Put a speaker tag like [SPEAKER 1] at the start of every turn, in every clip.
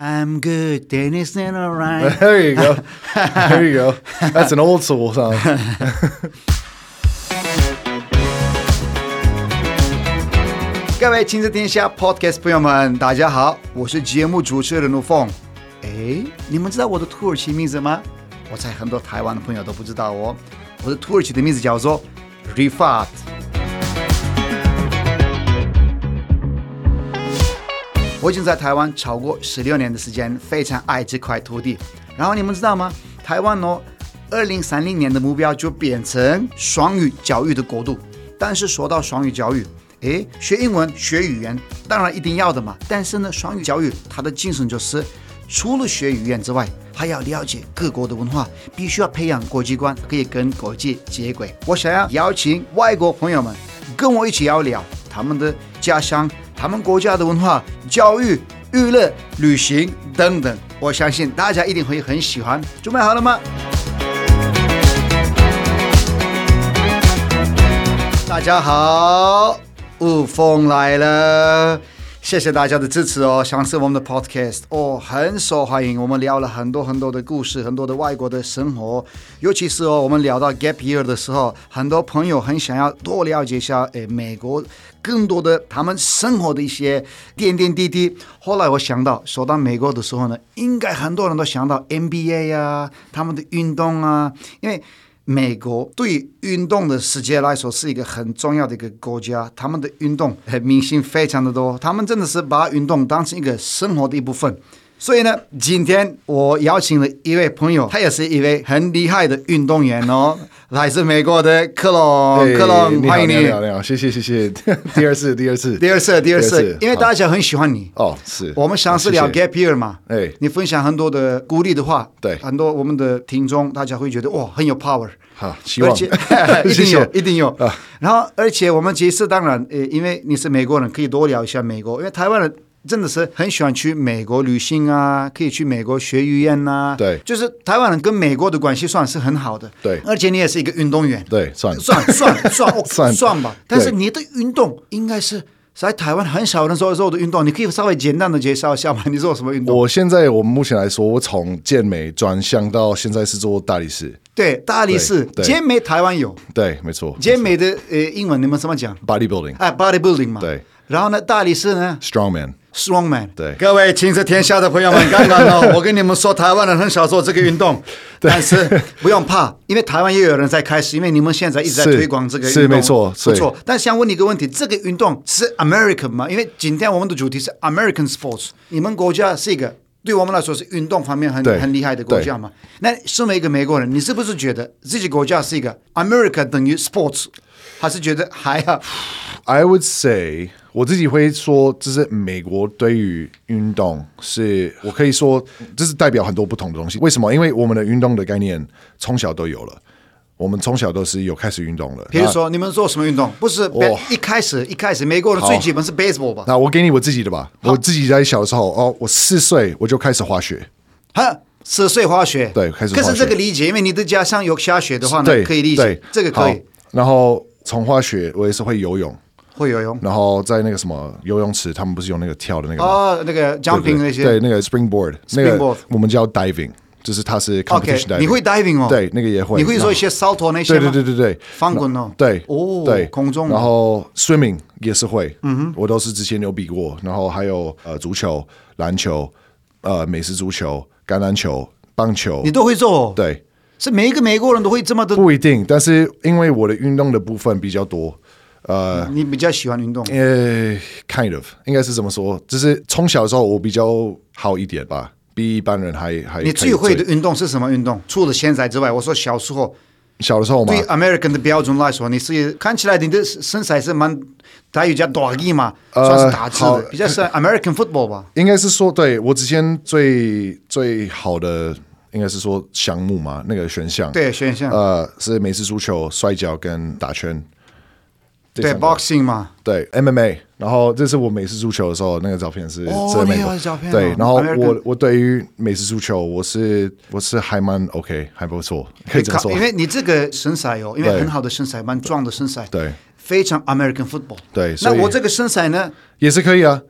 [SPEAKER 1] I'm good, Dennis, and all right.
[SPEAKER 2] There you go. there you go. That's an old soul song.
[SPEAKER 1] 各位亲子天下 Podcast 朋友们，大家好，我是节目主持人陆凤。哎，你们知道我的土耳其名字吗？我猜很多台湾的朋友都不知道哦。我的土耳其的名字叫做 Rifat。我已经在台湾超过十六年的时间，非常爱这块土地。然后你们知道吗？台湾呢，二零三零年的目标就变成双语教育的国度。但是说到双语教育，诶，学英文、学语言当然一定要的嘛。但是呢，双语教育它的精神就是，除了学语言之外，还要了解各国的文化，必须要培养国际观，可以跟国际接轨。我想要邀请外国朋友们跟我一起聊聊他们的家乡、他们国家的文化、教育、娱乐、旅行等等。我相信大家一定会很喜欢。准备好了吗？大家好，雾峰来了，谢谢大家的支持哦。上次我们的 podcast 哦很受欢迎，我们聊了很多很多的故事，很多的外国的生活，尤其是哦我们聊到 gap year 的时候，很多朋友很想要多了解一下诶美国更多的他们生活的一些点点滴滴。后来我想到，说到美国的时候呢，应该很多人都想到 NBA 啊，他们的运动啊，因为。美国对于运动的世界来说是一个很重要的一个国家，他们的运动呃明星非常的多，他们真的是把运动当成一个生活的一部分。所以呢，今天我邀请了一位朋友，他也是一位很厉害的运动员 哦，来自美国的克隆，克隆，
[SPEAKER 2] 你好
[SPEAKER 1] 欢迎
[SPEAKER 2] 你好你好，
[SPEAKER 1] 你。
[SPEAKER 2] 你好，谢谢谢 谢，第二次第二次
[SPEAKER 1] 第二次，第二
[SPEAKER 2] 第二
[SPEAKER 1] 次
[SPEAKER 2] 次，
[SPEAKER 1] 因为大家很喜欢你。
[SPEAKER 2] 哦 Ah. Oh, 是，
[SPEAKER 1] 我们上次聊
[SPEAKER 2] 谢谢
[SPEAKER 1] gap year 嘛，
[SPEAKER 2] 哎
[SPEAKER 1] 你分享很多的鼓励的话，
[SPEAKER 2] 对
[SPEAKER 1] 很多我们的听众大家会觉得哇很有 power。
[SPEAKER 2] 好，希望
[SPEAKER 1] 而且 一
[SPEAKER 2] 谢啊
[SPEAKER 1] 定有，
[SPEAKER 2] 谢
[SPEAKER 1] 一定有。然后，而且我们这一次当然，呃，因为你是美国人，可以多聊一下美国，因为台湾人。真的是很喜欢去美国旅行啊，可以去美国学语言呐、
[SPEAKER 2] 对
[SPEAKER 1] 就是台湾人跟美国的关系算是很好的。
[SPEAKER 2] 对
[SPEAKER 1] 而且你也是一个运动员，
[SPEAKER 2] 对算了
[SPEAKER 1] 算算算我
[SPEAKER 2] 算
[SPEAKER 1] 算吧。但是
[SPEAKER 2] 对
[SPEAKER 1] 你的运动应该是在台湾很少人做做的运动，你可以稍微简单的介绍一下吗？你做什么运动？
[SPEAKER 2] 我现在我们目前来说，我从健美转向到现在是做大理石，
[SPEAKER 1] 对，大力士、
[SPEAKER 2] 对对
[SPEAKER 1] 健美，台湾有
[SPEAKER 2] 对，没错
[SPEAKER 1] 健美的呃英文你们怎么讲？
[SPEAKER 2] ，bodybuilding，strongman，
[SPEAKER 1] 哎，bodybuilding 嘛。
[SPEAKER 2] 对。
[SPEAKER 1] 然后呢，大力士呢，strongman。
[SPEAKER 2] 对
[SPEAKER 1] 各位亲子天下的朋友们，刚刚 呢，我跟你们说，台湾人很少做这个运动，但是不用怕，因为台湾也有人在开始，因为你们现在一直在
[SPEAKER 2] 是
[SPEAKER 1] 推广这个运
[SPEAKER 2] 是
[SPEAKER 1] 动，
[SPEAKER 2] 没错
[SPEAKER 1] 不
[SPEAKER 2] 是
[SPEAKER 1] 错。但想问你一个问题，这个运动是 American 吗？因为今天我们的主题是 American sports，你们国家是一个。对我们来说是运动方面很
[SPEAKER 2] 对
[SPEAKER 1] 很厉害的国家嘛？那身为一个美国人，你是不是觉得自己国家是一个 America 等于 sports，还是觉得还要
[SPEAKER 2] I would say 我自己会说，就是美国对于运动是我可以说，这是代表很多不同的东西。为什么？因为我们的运动的概念从小都有了，我们从小都是有开始运动了。
[SPEAKER 1] 比如说，你们做什么运动？不是、
[SPEAKER 2] 哦
[SPEAKER 1] 一开始一开始美国人最基本是 baseball 吧？
[SPEAKER 2] 那我给你我自己的吧，我自己在小的时候，哦，我四岁我就开始滑雪，
[SPEAKER 1] 哈，十岁滑雪，
[SPEAKER 2] 对开始
[SPEAKER 1] 可
[SPEAKER 2] 滑
[SPEAKER 1] 是
[SPEAKER 2] 雪
[SPEAKER 1] 这个理解，因为你的家乡有下雪的话呢，
[SPEAKER 2] 对，
[SPEAKER 1] 可以理
[SPEAKER 2] 对
[SPEAKER 1] 解，这个可。
[SPEAKER 2] 好
[SPEAKER 1] 以，
[SPEAKER 2] 然后从滑雪，我也是会游泳，
[SPEAKER 1] 会游泳
[SPEAKER 2] 然后在那个什么游泳池，他们不是有那个跳的那个吗？
[SPEAKER 1] 哦，那个 jumping 那
[SPEAKER 2] 对
[SPEAKER 1] 些
[SPEAKER 2] 那个 springboard，那个
[SPEAKER 1] Springboard
[SPEAKER 2] 我们叫 diving，就是它是
[SPEAKER 1] ，OK，
[SPEAKER 2] competition diving。
[SPEAKER 1] 你会 diving 哦？
[SPEAKER 2] 对，那个也会。嗯
[SPEAKER 1] 你会做一些 salto 那些吗？
[SPEAKER 2] 对对对对对
[SPEAKER 1] 翻滚哦，
[SPEAKER 2] 对，
[SPEAKER 1] 哦，
[SPEAKER 2] 对，
[SPEAKER 1] 空中
[SPEAKER 2] 然
[SPEAKER 1] 哦，
[SPEAKER 2] 后 swimming 也是会，嗯哼，我都是之前有比过，然后还有呃足球、篮球、呃美式足球、橄榄球、棒球
[SPEAKER 1] 你，都会做哦？，
[SPEAKER 2] 对，
[SPEAKER 1] 是每一个美国人都会这么的，
[SPEAKER 2] 不一定，但是因为我的运动的部分比较多，呃，
[SPEAKER 1] 你比较喜欢运动？
[SPEAKER 2] 呃，kind of 应该是怎么说，就是从小的时候我比较好一点吧，比一般人还还
[SPEAKER 1] 你
[SPEAKER 2] 可以
[SPEAKER 1] 最会的
[SPEAKER 2] 追
[SPEAKER 1] 运动是什么运动？除了现在之外，我说小时候。
[SPEAKER 2] 小的时候嘛
[SPEAKER 1] 对，American 的标准来说，你是看起来你的身材是蛮，他有叫大意嘛，
[SPEAKER 2] 呃
[SPEAKER 1] 算是打字
[SPEAKER 2] 好
[SPEAKER 1] 的，比较是 American football 吧。
[SPEAKER 2] 应该是说，对我之前最最好的应该是说项目嘛，那个选项，
[SPEAKER 1] 对，选项，
[SPEAKER 2] 呃，是美式足球、摔跤跟打圈，这
[SPEAKER 1] 对
[SPEAKER 2] 三个
[SPEAKER 1] boxing 嘛，
[SPEAKER 2] 对 MMA。然后这是我美式足球的时候那个照片是
[SPEAKER 1] 哦
[SPEAKER 2] 在美
[SPEAKER 1] 你
[SPEAKER 2] 国
[SPEAKER 1] 有照片哦
[SPEAKER 2] 对，然后
[SPEAKER 1] American
[SPEAKER 2] 我我对于美式足球我是我是还蛮 OK，还不错，可以这么说
[SPEAKER 1] 因，为你这个身材哦，因为
[SPEAKER 2] 对
[SPEAKER 1] 很好的身材，蛮壮的身材，
[SPEAKER 2] 对，
[SPEAKER 1] 非常 American football。
[SPEAKER 2] 对
[SPEAKER 1] 那
[SPEAKER 2] 所以
[SPEAKER 1] 我这个身材呢，
[SPEAKER 2] 也是可以啊。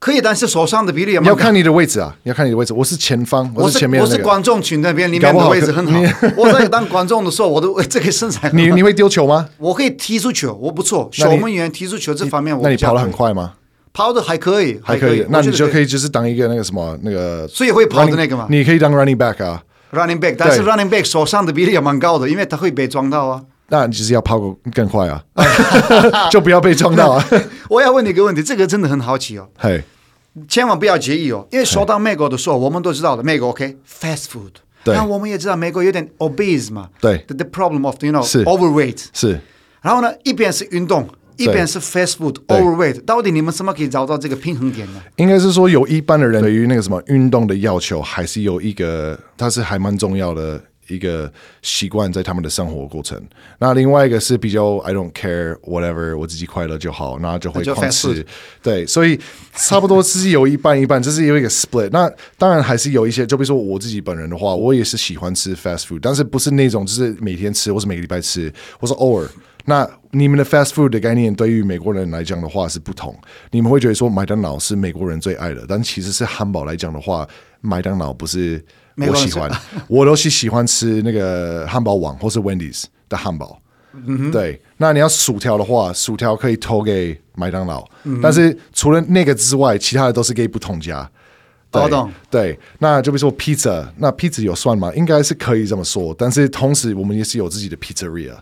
[SPEAKER 1] 可以，但是手上的比例有
[SPEAKER 2] 你
[SPEAKER 1] 没
[SPEAKER 2] 要
[SPEAKER 1] 有？
[SPEAKER 2] 看你的位置啊，你要看你的位置。我是前方，
[SPEAKER 1] 我
[SPEAKER 2] 是前面
[SPEAKER 1] 我
[SPEAKER 2] 的、那
[SPEAKER 1] 是
[SPEAKER 2] 个。
[SPEAKER 1] 观众群那边里面
[SPEAKER 2] 搞不
[SPEAKER 1] 的
[SPEAKER 2] 好
[SPEAKER 1] 位置很好。 我在当观众的时候，我的 这个身材很好
[SPEAKER 2] 你你会丢球吗？
[SPEAKER 1] 我可以踢出球，我不错。
[SPEAKER 2] 那
[SPEAKER 1] 守
[SPEAKER 2] 你
[SPEAKER 1] 门员踢出球这方面我
[SPEAKER 2] 那你
[SPEAKER 1] 比较
[SPEAKER 2] 跑得很
[SPEAKER 1] 会，
[SPEAKER 2] 快吗？
[SPEAKER 1] 跑的还可以，
[SPEAKER 2] 还可
[SPEAKER 1] 可
[SPEAKER 2] 以，那你就可
[SPEAKER 1] 以
[SPEAKER 2] 以就是当一个那个什么那个，
[SPEAKER 1] 所以会跑的那个嘛
[SPEAKER 2] running- 你可以当 running back 啊，
[SPEAKER 1] 我觉得可以 running back，但是 running back 手上的比例也蛮高的，因为他会被撞到 啊。
[SPEAKER 2] 那你就是要跑更快 啊， 就不要被撞到啊。
[SPEAKER 1] 我要问你一个问题，这个真的很好奇哦，
[SPEAKER 2] 嘿，
[SPEAKER 1] 千万不要介意哦，因为说到美国的时候，我们都知道的，美国 OK，fast、food，
[SPEAKER 2] 对
[SPEAKER 1] 那我们也知道美国有点 obese 嘛，
[SPEAKER 2] 对
[SPEAKER 1] ，the the problem of you know
[SPEAKER 2] 是
[SPEAKER 1] overweight，
[SPEAKER 2] 是
[SPEAKER 1] 然后呢，一边是运动，一边是 fast food
[SPEAKER 2] 对
[SPEAKER 1] overweight，到底你们怎么可以找到这个平衡点呢？
[SPEAKER 2] 应该是说有一般的人对于那个什么运动的要求，还是有一个，它是还蛮重要的一个习惯在他们的生活过程。那另外一个是比较 I don't care whatever，我自己快乐就好，那就会
[SPEAKER 1] 那就
[SPEAKER 2] 狂
[SPEAKER 1] fast
[SPEAKER 2] 吃。对，所以差不多是有一半一半，这是有一个 split。那当然还是有一些，就比如说我自己本人的话，我也是喜欢吃 fast food，但是不是那种就是每天吃，或是每个礼拜吃，或是偶尔。那你们的 fast food 的概念对于美国人来讲的话是不同，你们会觉得说麦当劳是美国人最爱的，但其实是汉堡来讲的话，麦当劳不是
[SPEAKER 1] 美
[SPEAKER 2] 我
[SPEAKER 1] 国人
[SPEAKER 2] 喜欢，我都是喜欢吃那个汉堡王或是 Wendy's 的汉堡。对，那你要薯条的话，薯条可以投给麦当劳，但是除了那个之外，其他的都是给不同家。对
[SPEAKER 1] 我懂。
[SPEAKER 2] 对，那就比如说 pizza，那 pizza 有算吗？应该是可以这么说，但是同时我们也是有自己的 pizzeria。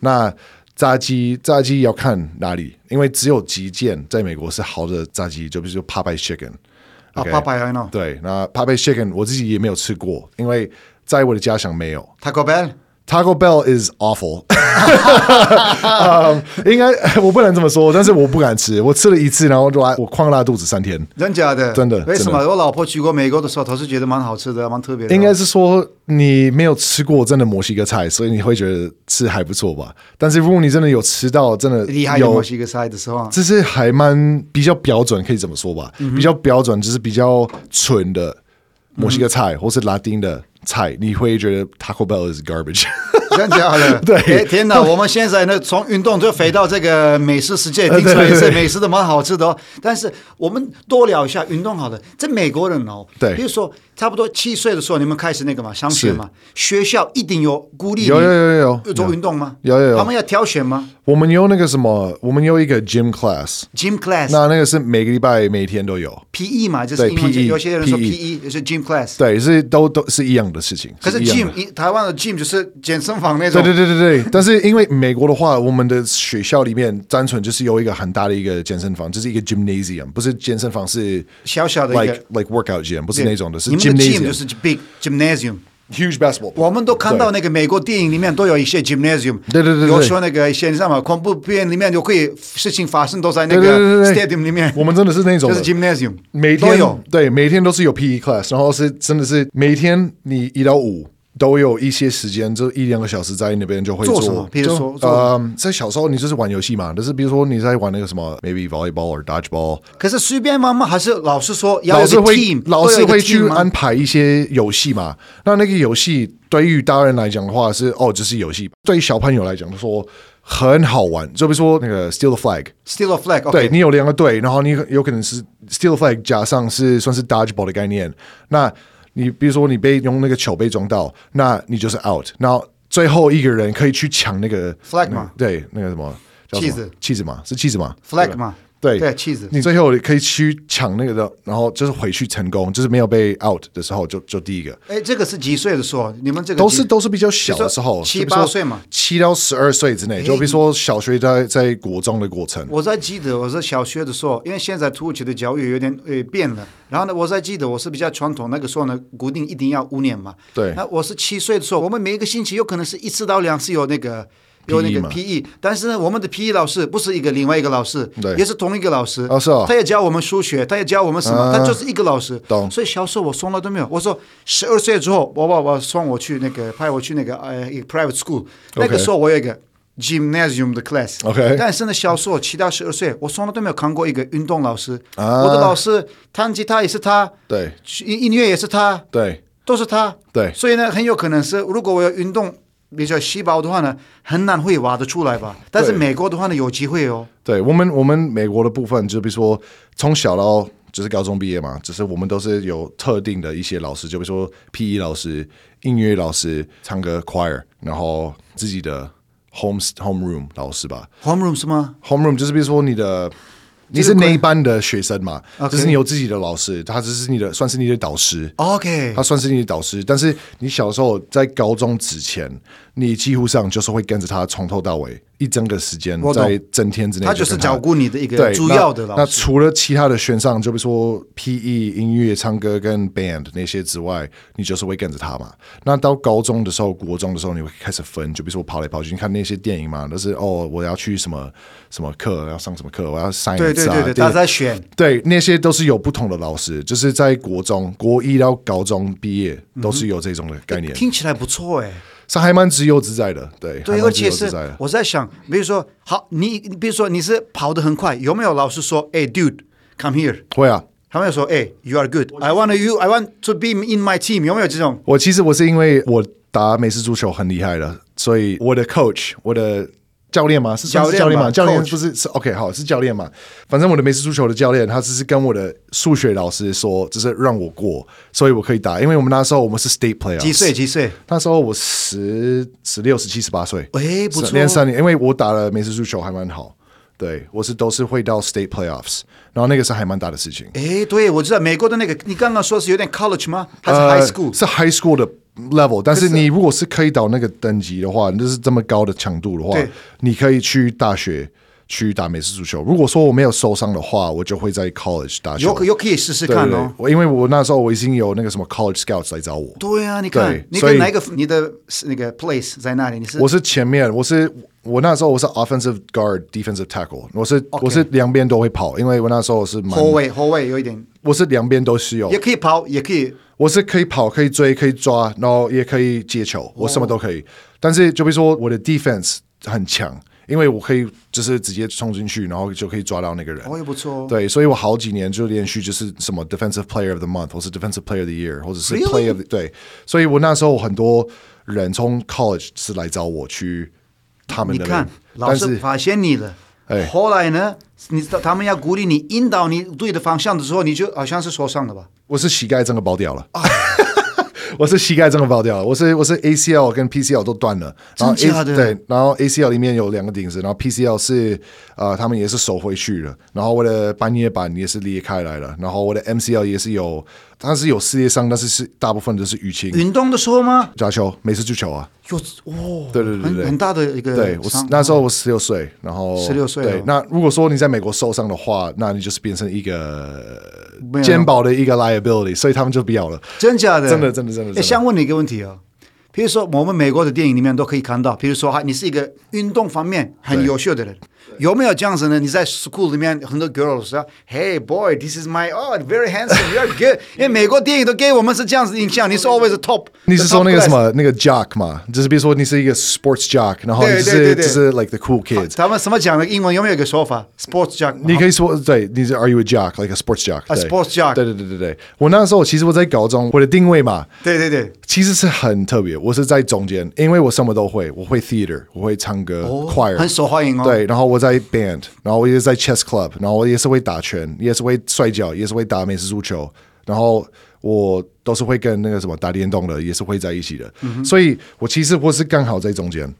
[SPEAKER 2] 那炸鸡，炸鸡要看哪里，因为只有几件在美国是好的炸鸡，就比如说 Popeye Chicken。
[SPEAKER 1] 啊
[SPEAKER 2] OK
[SPEAKER 1] ，Popeye，I know
[SPEAKER 2] 对，那 Popeye Chicken 我自己也没有吃过，因为在我的家乡没有。
[SPEAKER 1] Taco Bell，
[SPEAKER 2] Taco Bell is awful，嗯应该 我不能这么说，但是我不敢吃，我吃了一次，然后就我狂拉肚子三天。
[SPEAKER 1] 真假的？
[SPEAKER 2] 真的
[SPEAKER 1] 为什
[SPEAKER 2] 真
[SPEAKER 1] 么？
[SPEAKER 2] 的
[SPEAKER 1] 我老婆去过美国的时候，她是觉得蛮好吃的，蛮特别的。
[SPEAKER 2] 应该是说你没有吃过真的墨西哥菜，所以你会觉得吃还不错吧。但是如果你真的有吃到真的
[SPEAKER 1] 厉害的
[SPEAKER 2] 有
[SPEAKER 1] 墨西哥菜的时候啊，
[SPEAKER 2] 这是还蛮比较标准，可以这么说吧？
[SPEAKER 1] 嗯
[SPEAKER 2] 比较标准就是比较纯的墨西哥菜或是拉丁的菜，你会觉得 Taco Bell is garbage。
[SPEAKER 1] 真假的？
[SPEAKER 2] 对
[SPEAKER 1] 哎天哪！我们现在呢，从运动就飞到这个美食世界，听说
[SPEAKER 2] 对
[SPEAKER 1] 也是
[SPEAKER 2] 对
[SPEAKER 1] 美食的蛮好吃的哦。但是我们多聊一下运动好了。这美国人哦，
[SPEAKER 2] 对
[SPEAKER 1] 比如说差不多七岁的时候，你们开始那个嘛，上学嘛，学校一定有鼓励你
[SPEAKER 2] 有有有有有
[SPEAKER 1] 做运动吗？
[SPEAKER 2] 有有有
[SPEAKER 1] 他们要挑选吗
[SPEAKER 2] 我们有那个什么，我们有一个 gym class。
[SPEAKER 1] ？Gym class、
[SPEAKER 2] 那那个是每个礼拜每天都有，
[SPEAKER 1] PE 嘛，就是
[SPEAKER 2] 对
[SPEAKER 1] 英文讲
[SPEAKER 2] PE
[SPEAKER 1] 有些人说
[SPEAKER 2] PE
[SPEAKER 1] PE 也是 gym class，
[SPEAKER 2] E 对，是都都是一样的事情。
[SPEAKER 1] 可是
[SPEAKER 2] 一样
[SPEAKER 1] gym
[SPEAKER 2] 的
[SPEAKER 1] 一台湾的 gym 就是健身房那种。
[SPEAKER 2] 对对对对对，但是因为美国的话，我们的学校里面单纯就是有一个很大的一个健身房，就是一个 gymnasium，不是健身房是
[SPEAKER 1] 小小的一个
[SPEAKER 2] like like workout gym，不是那种的，是
[SPEAKER 1] 你们的 gym
[SPEAKER 2] gymnasium，
[SPEAKER 1] 就是 big gymnasium。
[SPEAKER 2] huge basketball。
[SPEAKER 1] 我们都看到那个美国电影里面都有一些 gymnasium，
[SPEAKER 2] 对对对对
[SPEAKER 1] 有时候那个一些你知道吗？恐怖片里面就会事情发生都在那
[SPEAKER 2] 对对
[SPEAKER 1] 个
[SPEAKER 2] 对对对
[SPEAKER 1] stadium 里面，
[SPEAKER 2] 我们真的是那种
[SPEAKER 1] 就
[SPEAKER 2] 的
[SPEAKER 1] 是 gymnasium，
[SPEAKER 2] 每
[SPEAKER 1] 都
[SPEAKER 2] 天
[SPEAKER 1] 有。
[SPEAKER 2] 对，每天都是有 PE class，然后是真的是每天你一到五都有一些时间，就一两个小时在那边就会
[SPEAKER 1] 做
[SPEAKER 2] 做。
[SPEAKER 1] 什么比如
[SPEAKER 2] 就
[SPEAKER 1] 说做
[SPEAKER 2] 呃，在小时候你就是玩游戏嘛，但是比如说你在玩那个什么 maybe volleyball or dodgeball，
[SPEAKER 1] 可是随便玩吗？还是老师说要
[SPEAKER 2] 老
[SPEAKER 1] 有一
[SPEAKER 2] 师
[SPEAKER 1] 个
[SPEAKER 2] 会
[SPEAKER 1] team，
[SPEAKER 2] 老师会
[SPEAKER 1] 都有
[SPEAKER 2] 去
[SPEAKER 1] 一个 team 啊吗
[SPEAKER 2] 安排一些游戏嘛？那那个游戏对于大人来讲的话是哦，就是游戏；对于小朋友来讲说很好玩，就比如说那个 steal the flag。
[SPEAKER 1] steal a flag，
[SPEAKER 2] 对
[SPEAKER 1] OK，
[SPEAKER 2] 你有两个队，然后你有可能是 steal flag 加上是算是 dodgeball 的概念。那你比如说你被用那个球被撞到，那你就是 out。然后最后一个人可以去抢那个
[SPEAKER 1] Flag
[SPEAKER 2] 那个
[SPEAKER 1] 嘛
[SPEAKER 2] 对，那个什么叫什么
[SPEAKER 1] 气质
[SPEAKER 2] 气质嘛，是气质嘛
[SPEAKER 1] flag 嘛，
[SPEAKER 2] 对
[SPEAKER 1] 对，cheese，
[SPEAKER 2] 你最后可以去抢那个的，然后就是回去成功，就是没有被 out 的时候就就第一个。
[SPEAKER 1] 哎，这个是几岁的时候？你们这个
[SPEAKER 2] 都是
[SPEAKER 1] 几
[SPEAKER 2] 都是比较小的时
[SPEAKER 1] 比
[SPEAKER 2] 候，
[SPEAKER 1] 如说七
[SPEAKER 2] 就比如说
[SPEAKER 1] 八岁嘛
[SPEAKER 2] 七到十二岁之内，就比如说小学在在国中的过程，
[SPEAKER 1] 我在记得我是小学的时候，因为现在土耳其的教育有点呃变了。然后呢，我在记得我是比较传统，那个时候呢，固定一定要五年嘛。
[SPEAKER 2] 对
[SPEAKER 1] 那我是七岁的时候，我们每一个星期有可能是一次到两次有那个。有那
[SPEAKER 2] PE
[SPEAKER 1] 个
[SPEAKER 2] E 嘛
[SPEAKER 1] PE，但是呢，我们的 PE 老师不是一个另外一个老师，
[SPEAKER 2] 对
[SPEAKER 1] 也是同一个老师。
[SPEAKER 2] 哦是哦啊
[SPEAKER 1] 他也教我们数学，他也教我们什么，他就是一个老师。
[SPEAKER 2] 懂
[SPEAKER 1] 所以小时候我从来都没有。我说十二岁之后，我爸爸送我去那个派我去那个呃一个 private school，那个
[SPEAKER 2] OK
[SPEAKER 1] 时候我有一个 gymnasium 的 class。
[SPEAKER 2] OK
[SPEAKER 1] 但是呢，小时候七到十二岁，我从来都没有看过一个运动老师。
[SPEAKER 2] 啊
[SPEAKER 1] 我的老师弹吉他也是他，
[SPEAKER 2] 对
[SPEAKER 1] 音音乐也是他，
[SPEAKER 2] 对
[SPEAKER 1] 都是他。
[SPEAKER 2] 对
[SPEAKER 1] 所以呢，很有可能是如果我有运动比较细胞的话呢，很难会挖得出来吧。但是
[SPEAKER 2] 对
[SPEAKER 1] 美国的话呢，有机会哦。
[SPEAKER 2] 对我们，我们美国的部分，就比如说从小到就是高中毕业嘛，只是我们都是有特定的一些老师，就比如说 PE 老师、音乐老师、唱歌 choir，然后自己的 home home room 老师吧。
[SPEAKER 1] homeroom 是吗？
[SPEAKER 2] home room 就是比如说你的。你
[SPEAKER 1] 是
[SPEAKER 2] 是那
[SPEAKER 1] 归
[SPEAKER 2] 一班的学生嘛？
[SPEAKER 1] OK
[SPEAKER 2] 就是你有自己的老师，他只是你的，算是你的导师。
[SPEAKER 1] OK，
[SPEAKER 2] 他算是你的导师，但是你小时候在高中之前，你几乎上就是会跟着他从头到尾一整个时间
[SPEAKER 1] 我，懂
[SPEAKER 2] 在整天之内，
[SPEAKER 1] 他就是照顾你的一个
[SPEAKER 2] 对
[SPEAKER 1] 主要的
[SPEAKER 2] 那。那
[SPEAKER 1] 老师。
[SPEAKER 2] 除了其他的选上，就比如说 PE 音乐、唱歌跟 band 那些之外，你就是会跟着他嘛。那到高中的时候、国中的时候，你会开始分，就比如说跑来跑去，你看那些电影嘛，都是哦，我要去什么什么课，要上什么课，我要 science 啊，
[SPEAKER 1] 对对对对，
[SPEAKER 2] 地
[SPEAKER 1] 大家在选
[SPEAKER 2] 对，那些都是有不同的老师，就是在国中国一到高中毕业都是有这种的概念，
[SPEAKER 1] 听起来不错哎。
[SPEAKER 2] 是还蛮自由自在的，对，
[SPEAKER 1] 对，
[SPEAKER 2] 还
[SPEAKER 1] 而
[SPEAKER 2] 蛮自
[SPEAKER 1] 且
[SPEAKER 2] 由自
[SPEAKER 1] 是
[SPEAKER 2] 在的。
[SPEAKER 1] 我在想，比如说，好，你你比如说你是跑得很快，有没有老师说，哎，dude，come here？
[SPEAKER 2] 会啊，
[SPEAKER 1] 他们有说，哎，you are good，I want you, I want to be in my team，有没有这种？
[SPEAKER 2] 我其实我是因为我打美式足球很厉害的，所以我的 coach 我的。教练吗？是
[SPEAKER 1] 教
[SPEAKER 2] 算
[SPEAKER 1] 练吧
[SPEAKER 2] 是教练吗？教练
[SPEAKER 1] coach
[SPEAKER 2] 不是是 OK 好是教练嘛？反正我的美式足球的教练，他只是跟我的数学老师说，就是让我过，所以我可以打。因为我们那时候我们是 state player，
[SPEAKER 1] 几岁？几岁？
[SPEAKER 2] 那时候我十十六、十七、十八岁，
[SPEAKER 1] 哎不错
[SPEAKER 2] 连三年，因为我打了美式足球还蛮好，对我是都是会到 state playoffs，然后那个是还蛮大的事情，
[SPEAKER 1] 哎，对，我知道美国的那个，你刚刚说是有点 college 吗？还是
[SPEAKER 2] 呃
[SPEAKER 1] high school？
[SPEAKER 2] 是 high school 的 level，但是你如果是可以到那个等级的话，就是这么高的强度的话
[SPEAKER 1] 对，
[SPEAKER 2] 你可以去大学去打美式足球。如果说我没有受伤的话，我就会在 college 打球。
[SPEAKER 1] 有可有可以试试
[SPEAKER 2] 对
[SPEAKER 1] 看
[SPEAKER 2] 对
[SPEAKER 1] 哦。，
[SPEAKER 2] 我因为我那时候我已经有那个什么 college scouts 来找我，
[SPEAKER 1] 对啊，你看
[SPEAKER 2] 对，
[SPEAKER 1] 你
[SPEAKER 2] 所
[SPEAKER 1] 跟
[SPEAKER 2] 以
[SPEAKER 1] 哪一个你的那个 place 在那里？你是
[SPEAKER 2] 我是前面，我是我那时候我是 offensive guard、defensive tackle，我是我是两边都会跑，因为我那时候是蛮
[SPEAKER 1] 后卫，后卫有一点
[SPEAKER 2] 我是两边都是有
[SPEAKER 1] 也，可以跑，也可以
[SPEAKER 2] 我是可以跑、可以追、可以抓，然后也可以接球，我什么都可以。但是就比如说我的 defense 很强，因为我可以就是直接冲进去，然后就可以抓到那个人。
[SPEAKER 1] 哦，也不错哦。
[SPEAKER 2] 对，所以我好几年就连续就是什么 defensive player of the month，或是 defensive player of the year，或者是
[SPEAKER 1] Really？
[SPEAKER 2] play of the, 对，所以我那时候很多人从 college 是来找我去他们
[SPEAKER 1] 你
[SPEAKER 2] 的人，
[SPEAKER 1] 看，老
[SPEAKER 2] 但
[SPEAKER 1] 师
[SPEAKER 2] 是
[SPEAKER 1] 发现你了。
[SPEAKER 2] 哎
[SPEAKER 1] 后来呢？你他们要鼓励你，引导你对的方向的时候，你就好像是受伤了吧？
[SPEAKER 2] 我是膝盖整个爆掉了。 我是膝盖整个爆掉了，我是我是 ACL 跟 PCL 都断了，然后
[SPEAKER 1] 真假
[SPEAKER 2] A
[SPEAKER 1] 的
[SPEAKER 2] 对，然后 ACL 里面有两个钉子，然后 PCL 是呃他们也是手回去了，然后我的半夜板也是裂开来了，然后我的 MCL 也是有，它是有撕裂伤，但是是大部分都是淤青，
[SPEAKER 1] 运动的时候吗？
[SPEAKER 2] 抓球，美式足球啊，
[SPEAKER 1] 有哦，
[SPEAKER 2] 对对对对
[SPEAKER 1] 很很大的一个
[SPEAKER 2] 对我是
[SPEAKER 1] 伤
[SPEAKER 2] 那时候我十六岁，然后
[SPEAKER 1] 16岁
[SPEAKER 2] 对
[SPEAKER 1] 哦，
[SPEAKER 2] 那如果说你在美国受伤的话，那你就是变成一个
[SPEAKER 1] 没有啊
[SPEAKER 2] 肩膀的一个 liability，所以他们就不要了。
[SPEAKER 1] 真假的，
[SPEAKER 2] 真的真的真的
[SPEAKER 1] 诶
[SPEAKER 2] 真的
[SPEAKER 1] 想问你一个问题哦，比如说我们美国的电影里面都可以看到，比如说哈，啊你是一个运动方面很
[SPEAKER 2] 对
[SPEAKER 1] 优秀的人，有没有这样子呢？你在 school 里面很多 girls 啊，Hey boy，this is my oh very handsome，you're good。因为美国电影都给我们是这样子的印象，你是 always a top。
[SPEAKER 2] 你是说那个什？么那个 jock 嘛？就是比如说你是一个 sports jock，然后你
[SPEAKER 1] 对
[SPEAKER 2] 就
[SPEAKER 1] 对对
[SPEAKER 2] 是
[SPEAKER 1] 对
[SPEAKER 2] 就是 like the cool kid，
[SPEAKER 1] 他们什么讲的英文有没有一个说法？Sports jock，啊
[SPEAKER 2] 你可以说对，你是 Are you a jock like a sports jock？
[SPEAKER 1] A
[SPEAKER 2] 对
[SPEAKER 1] sports jock
[SPEAKER 2] 对对对对对，我那时候其实我在高中，我的定位嘛，
[SPEAKER 1] 对对对，
[SPEAKER 2] 其实是 很特别，我是在中间，因为我什么都会，我会 theater，我会唱歌、
[SPEAKER 1] 哦
[SPEAKER 2] choir，
[SPEAKER 1] 很受欢迎哦
[SPEAKER 2] 对，然后我在 band，然后我也在 chess club，然后我也是会打拳，也是会摔跤，也是会打美式足球，然后我都是会跟那个什么打电动的，也是会在一起的。所以我其实我是刚好在中间，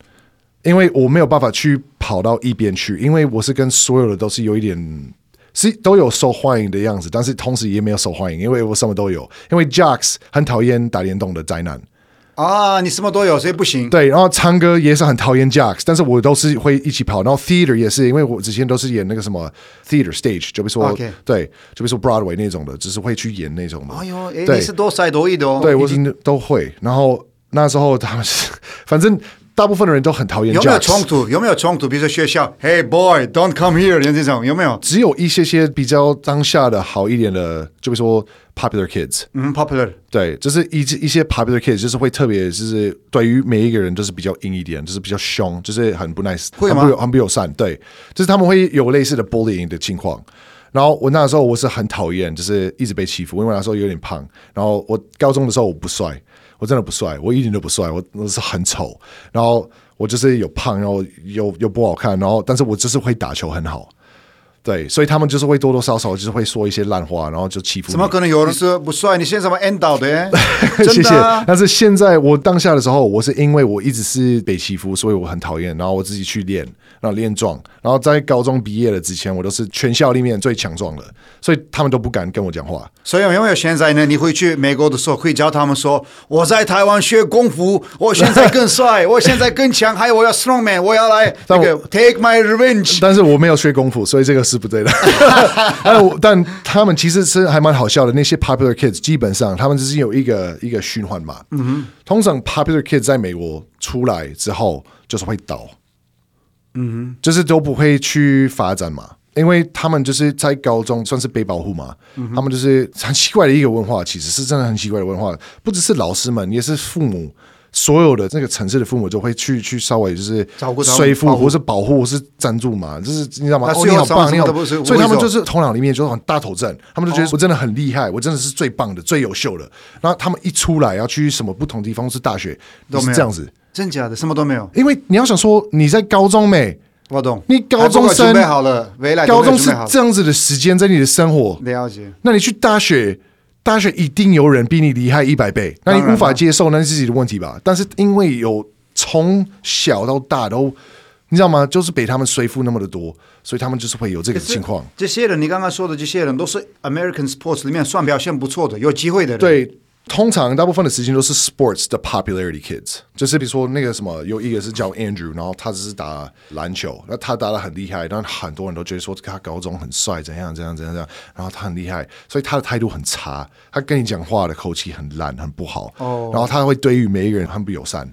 [SPEAKER 2] 因为我没有办法去跑到一边去，因为我是跟所有的都是有一点。是都有受欢迎的样子，但是同时也没有受欢迎，因为我什么都有。因为 Jacks 很讨厌打联动的宅男，
[SPEAKER 1] 啊，你什么都有，所以不行。
[SPEAKER 2] 对，然后唱歌也是很讨厌 Jacks，但是我都是会一起跑。然后 theater 也是，因为我之前都是演那个什么 theater stage，就比如说
[SPEAKER 1] OK
[SPEAKER 2] 对，就比如说 Broadway 那种的，只是会去演那种的。
[SPEAKER 1] 哎呦，哎，
[SPEAKER 2] 对
[SPEAKER 1] 你是多才多艺的哦。
[SPEAKER 2] 对，我是都会。然后那时候他们是， 反正大部分的人都很讨厌
[SPEAKER 1] 有
[SPEAKER 2] Jacks。
[SPEAKER 1] 没有冲突？有没有冲突？比如说学校，Hey boy，don't come here，这种有没有？
[SPEAKER 2] 只有一些些比较当下的好一点的，就比如说 popular kids，
[SPEAKER 1] 嗯，popular，
[SPEAKER 2] 对，就是一一些 popular kids，就是会特别就是对于每一个人都是比较硬一点，就是比较凶，就是很不 nice，
[SPEAKER 1] 会
[SPEAKER 2] 很
[SPEAKER 1] 吗
[SPEAKER 2] 不友很不友善。对，就是他们会有类似的 bullying 的情况。然后我那时候我是很讨厌，就是一直被欺负，因为我那时候有点胖。然后我高中的时候我不帅，我真的不帅，我一点都不帅，我我是很丑。然后我就是有胖，然后又又不好看，然后但是我就是会打球很好。对，所以他们就是会多多少少就是会说一些烂话，然后就欺负你。
[SPEAKER 1] 怎么可能有人说不帅？你现在怎么 end 到的？真
[SPEAKER 2] 谢
[SPEAKER 1] 的
[SPEAKER 2] 谢
[SPEAKER 1] 啊、。
[SPEAKER 2] 但是现在我当下的时候，我是因为我一直是被欺负，所以我很讨厌。然后我自己去练，然后练壮。然后在高中毕业了之前，我都是全校里面最强壮的，所以他们都不敢跟我讲话。
[SPEAKER 1] 所以因为现在呢，你回去美国的时候，会教他们说：“我在台湾学功夫，我现在更 帅，我现在更强，还有我要 strongman，我要来那
[SPEAKER 2] 但我
[SPEAKER 1] 个 take my revenge。
[SPEAKER 2] 但是我没有学功夫，所以这个是不对的。 但我但他们其实是还蛮好笑的。那些 popular kids 基本上他们就是有一个一个循环嘛。嗯哼，通常 popular kids 在美国出来之后就是会倒，嗯哼，就是都不会去发展嘛。因为他们就是在高中算是被保护嘛，
[SPEAKER 1] 嗯
[SPEAKER 2] 他们就是很奇怪的一个文化，其实是真的很奇怪的文化，不只是老师们，也是父母，所有的那个城市的父母都会去去稍微就是
[SPEAKER 1] 照顾他们
[SPEAKER 2] 说服
[SPEAKER 1] 保护
[SPEAKER 2] 或是保护或是赞助嘛，就是你知道吗？
[SPEAKER 1] 那
[SPEAKER 2] 哦，
[SPEAKER 1] 最
[SPEAKER 2] 你
[SPEAKER 1] 后
[SPEAKER 2] 好
[SPEAKER 1] 什么
[SPEAKER 2] 棒，
[SPEAKER 1] 什
[SPEAKER 2] 你
[SPEAKER 1] 么
[SPEAKER 2] 好
[SPEAKER 1] 都不是，
[SPEAKER 2] 所以他
[SPEAKER 1] 为
[SPEAKER 2] 们
[SPEAKER 1] 什么
[SPEAKER 2] 就是头脑里面就是很大头阵，他们就觉得我真的很厉害，我真的是最棒的、最优秀的。然后他们一出来要去什么不同地方是大学，
[SPEAKER 1] 都没
[SPEAKER 2] 都
[SPEAKER 1] 有
[SPEAKER 2] 是这样子。”
[SPEAKER 1] 真假的，什么都没有。
[SPEAKER 2] 因为你要想说你在高中欸没，
[SPEAKER 1] 我懂。
[SPEAKER 2] 你高中
[SPEAKER 1] 还不
[SPEAKER 2] 生
[SPEAKER 1] 够准备好了，未来都
[SPEAKER 2] 高
[SPEAKER 1] 没有
[SPEAKER 2] 中
[SPEAKER 1] 准
[SPEAKER 2] 是
[SPEAKER 1] 备好了
[SPEAKER 2] 这样子的时间在你的生活，
[SPEAKER 1] 了解。
[SPEAKER 2] 那你去大学，大学一定有人比你厉害一百倍，那
[SPEAKER 1] 当然
[SPEAKER 2] 你
[SPEAKER 1] 了
[SPEAKER 2] 无法接受，那是自己的问题吧。但是因为有从小到大都，你知道吗？就是被他们说服那么的多，所以他们就是会有这个情况。
[SPEAKER 1] 这些人，你刚刚说的这些人，都是 American sports 里面算表现不错的、有机会的人。，
[SPEAKER 2] 对，通常大部分的时间都是 sports 的 popularity kids，就是比如说那个什么，有一个是叫 Andrew，然后他只是打篮球，那他打的很厉害，但很多人都觉得说他高中很帅，怎样怎样怎样怎样，然后他很厉害，所以他的态度很差，他跟你讲话的口气很烂，很不好，
[SPEAKER 1] 哦
[SPEAKER 2] 然后他会对于每一个人很不友善。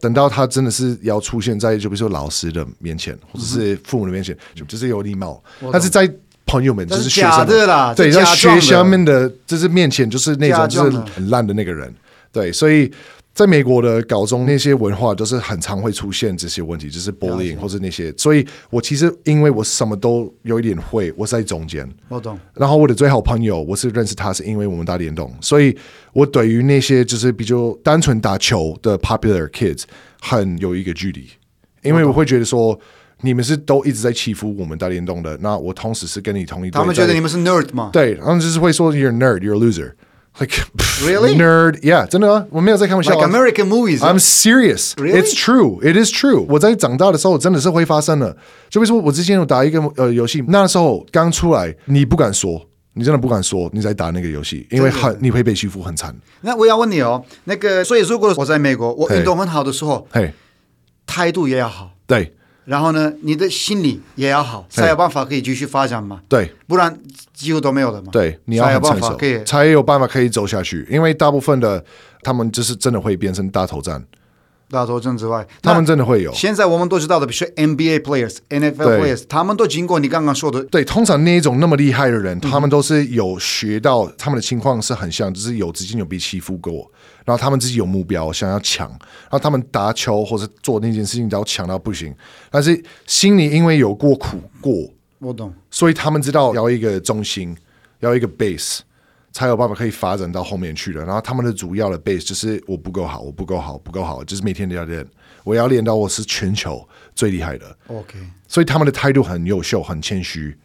[SPEAKER 2] 等到他真的是要出现在就比如说老师的面前，或者是父母的面前，就就是有礼貌，但是在朋友们
[SPEAKER 1] 这
[SPEAKER 2] 就是是学生
[SPEAKER 1] 假的啦
[SPEAKER 2] 对，
[SPEAKER 1] 这
[SPEAKER 2] 在
[SPEAKER 1] 假装
[SPEAKER 2] 学
[SPEAKER 1] 的
[SPEAKER 2] 生们的就是面前就是那
[SPEAKER 1] 假
[SPEAKER 2] 种
[SPEAKER 1] 装
[SPEAKER 2] 就
[SPEAKER 1] 的
[SPEAKER 2] 是很烂的那个人，对，所以在美国的高中那些文化都是很常会出现这些问题，就是 bullying 或是那些，所以我其实因为我什么都有一点会，我是在中间，
[SPEAKER 1] 我懂。
[SPEAKER 2] 然后我的最好朋友，我是认识他是因为我们打联动，所以我对于那些就是比较单纯打球的 popular kids 很有一个距离，因为我会觉得说你们是都一直在欺负我们打联动的，那我同时是跟你同一队，
[SPEAKER 1] 他们觉得你们是 nerd 嘛？
[SPEAKER 2] 对，他们就是会说 you're a nerd, you're a loser, like pff,
[SPEAKER 1] Really?
[SPEAKER 2] nerd, yeah，真的 uh, 啊，我没有在开玩笑
[SPEAKER 1] ，like
[SPEAKER 2] 啊。
[SPEAKER 1] American movies。
[SPEAKER 2] I'm serious.
[SPEAKER 1] Really?
[SPEAKER 2] It's true. It is true. 我在长大的时候真的是会发生的。就比如说，我之前有打一个呃游戏，那时候刚出来，你不敢说，你真的不敢说你在打那个游戏，因为很你会被欺负很惨。
[SPEAKER 1] 那我要问你哦，那个，所以如果我在美国，我
[SPEAKER 2] 嘿
[SPEAKER 1] 运动很好的时候，
[SPEAKER 2] 嘿，
[SPEAKER 1] 态度也要好，
[SPEAKER 2] 对
[SPEAKER 1] 然后呢，你的心理也要好，才有办法可以继续发展嘛。
[SPEAKER 2] 对
[SPEAKER 1] 不然几乎都没有的嘛。
[SPEAKER 2] 对，你要
[SPEAKER 1] 才有
[SPEAKER 2] 很
[SPEAKER 1] 办
[SPEAKER 2] 成
[SPEAKER 1] 法
[SPEAKER 2] 熟
[SPEAKER 1] 可以。
[SPEAKER 2] 才有办法可以走下去，因为大部分的他们就是真的会变成大头战，
[SPEAKER 1] 大头症之外，
[SPEAKER 2] 他们
[SPEAKER 1] 那
[SPEAKER 2] 真的会有。
[SPEAKER 1] 现在我们都知道的，比如说 NBA players、NFL
[SPEAKER 2] 对
[SPEAKER 1] players，他们都经过你刚刚说的，
[SPEAKER 2] 对，通常那一种那么厉害的人，他们都是有学到，他们的情况是很像，就是有之前有被欺负过，然后他们自己有目标想要抢，然后他们打球或者做那件事情都要抢到不行，但是心里因为有过苦过，
[SPEAKER 1] 我懂。
[SPEAKER 2] 所以他们知道要一个中心，要一个 base，才有办法可以发展到后面去的。然后他们的主要的 base 就是我不够好，我不够好，不够好，就是每天都要练，我要练到我是全球最厉害的，
[SPEAKER 1] OK，
[SPEAKER 2] 所以他们的态度很优秀，很谦虚。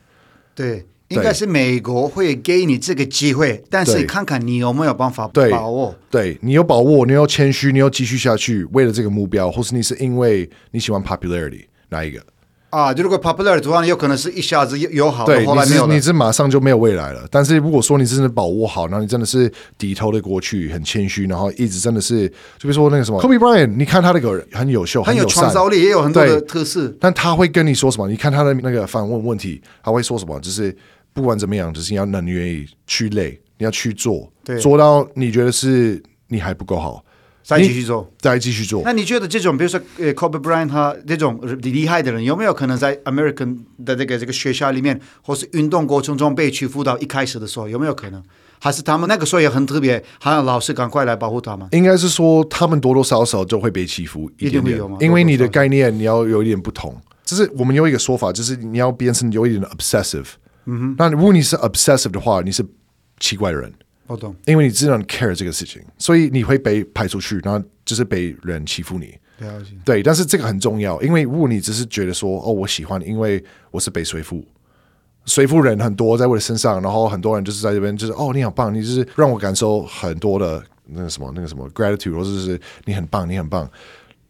[SPEAKER 1] 对，应该是美国会给你这个机会，但是
[SPEAKER 2] 对
[SPEAKER 1] 看看你有没有办法
[SPEAKER 2] 对
[SPEAKER 1] 把握。
[SPEAKER 2] 对你有把握，你要谦虚，你要继续下去，为了这个目标，或是你是因为你喜欢 popularity 哪一个？
[SPEAKER 1] 啊，就如果 popular 的话，有可能是一下子有有好的，
[SPEAKER 2] 对，
[SPEAKER 1] 后
[SPEAKER 2] 你
[SPEAKER 1] 来没
[SPEAKER 2] 是
[SPEAKER 1] 有了
[SPEAKER 2] 你。是马上就没有未来了。但是如果说你真的把握好，然后你真的是低头的过去，很谦虚，然后一直真的是，就比如说那个什么 Kobe Bryant，你看他那个人很优秀，
[SPEAKER 1] 很有
[SPEAKER 2] 友善
[SPEAKER 1] 创造力，也有很多的
[SPEAKER 2] 对
[SPEAKER 1] 特色。
[SPEAKER 2] 但他会跟你说什么？你看他的那个反问问题，他会说什么？就是不管怎么样，就是你要能愿意去累，你要去做
[SPEAKER 1] 对，
[SPEAKER 2] 做到你觉得是你还不够好，
[SPEAKER 1] 再
[SPEAKER 2] 你
[SPEAKER 1] 继续做。
[SPEAKER 2] 再继续做。
[SPEAKER 1] 那你觉得这种，比如说呃，Kobe Bryant 他这种呃厉害的人，有没有可能在 American 的这个这个学校里面，或是运动过程中被欺负到？一开始的时候有没有可能？还是他们那个时候也很特别，还有老师赶快来保护他们？
[SPEAKER 2] 应该是说他们多多少少就会被欺负
[SPEAKER 1] 一定
[SPEAKER 2] 点
[SPEAKER 1] 会
[SPEAKER 2] 点
[SPEAKER 1] 有嘛，
[SPEAKER 2] 因为你
[SPEAKER 1] 多多
[SPEAKER 2] 的
[SPEAKER 1] 少
[SPEAKER 2] 概念你要有一点不同。就是我们有一个说法，就是你要变成有一点 obsessive。嗯哼，那如果你是 obsessive 的话，你是奇怪的人，
[SPEAKER 1] 我懂。
[SPEAKER 2] 因为你自然 care 这个事情，所以你会被排出去，然后就是被人欺负你。
[SPEAKER 1] 了解。
[SPEAKER 2] 对，但是这个很重要，因为如果你只是觉得说，哦，我喜欢，因为我是被说服，随夫人很多在我的身上，然后很多人就是在这边，就是哦，你好棒，你就是让我感受很多的那个什么那个什么 gratitude，或者是你很棒，你很棒。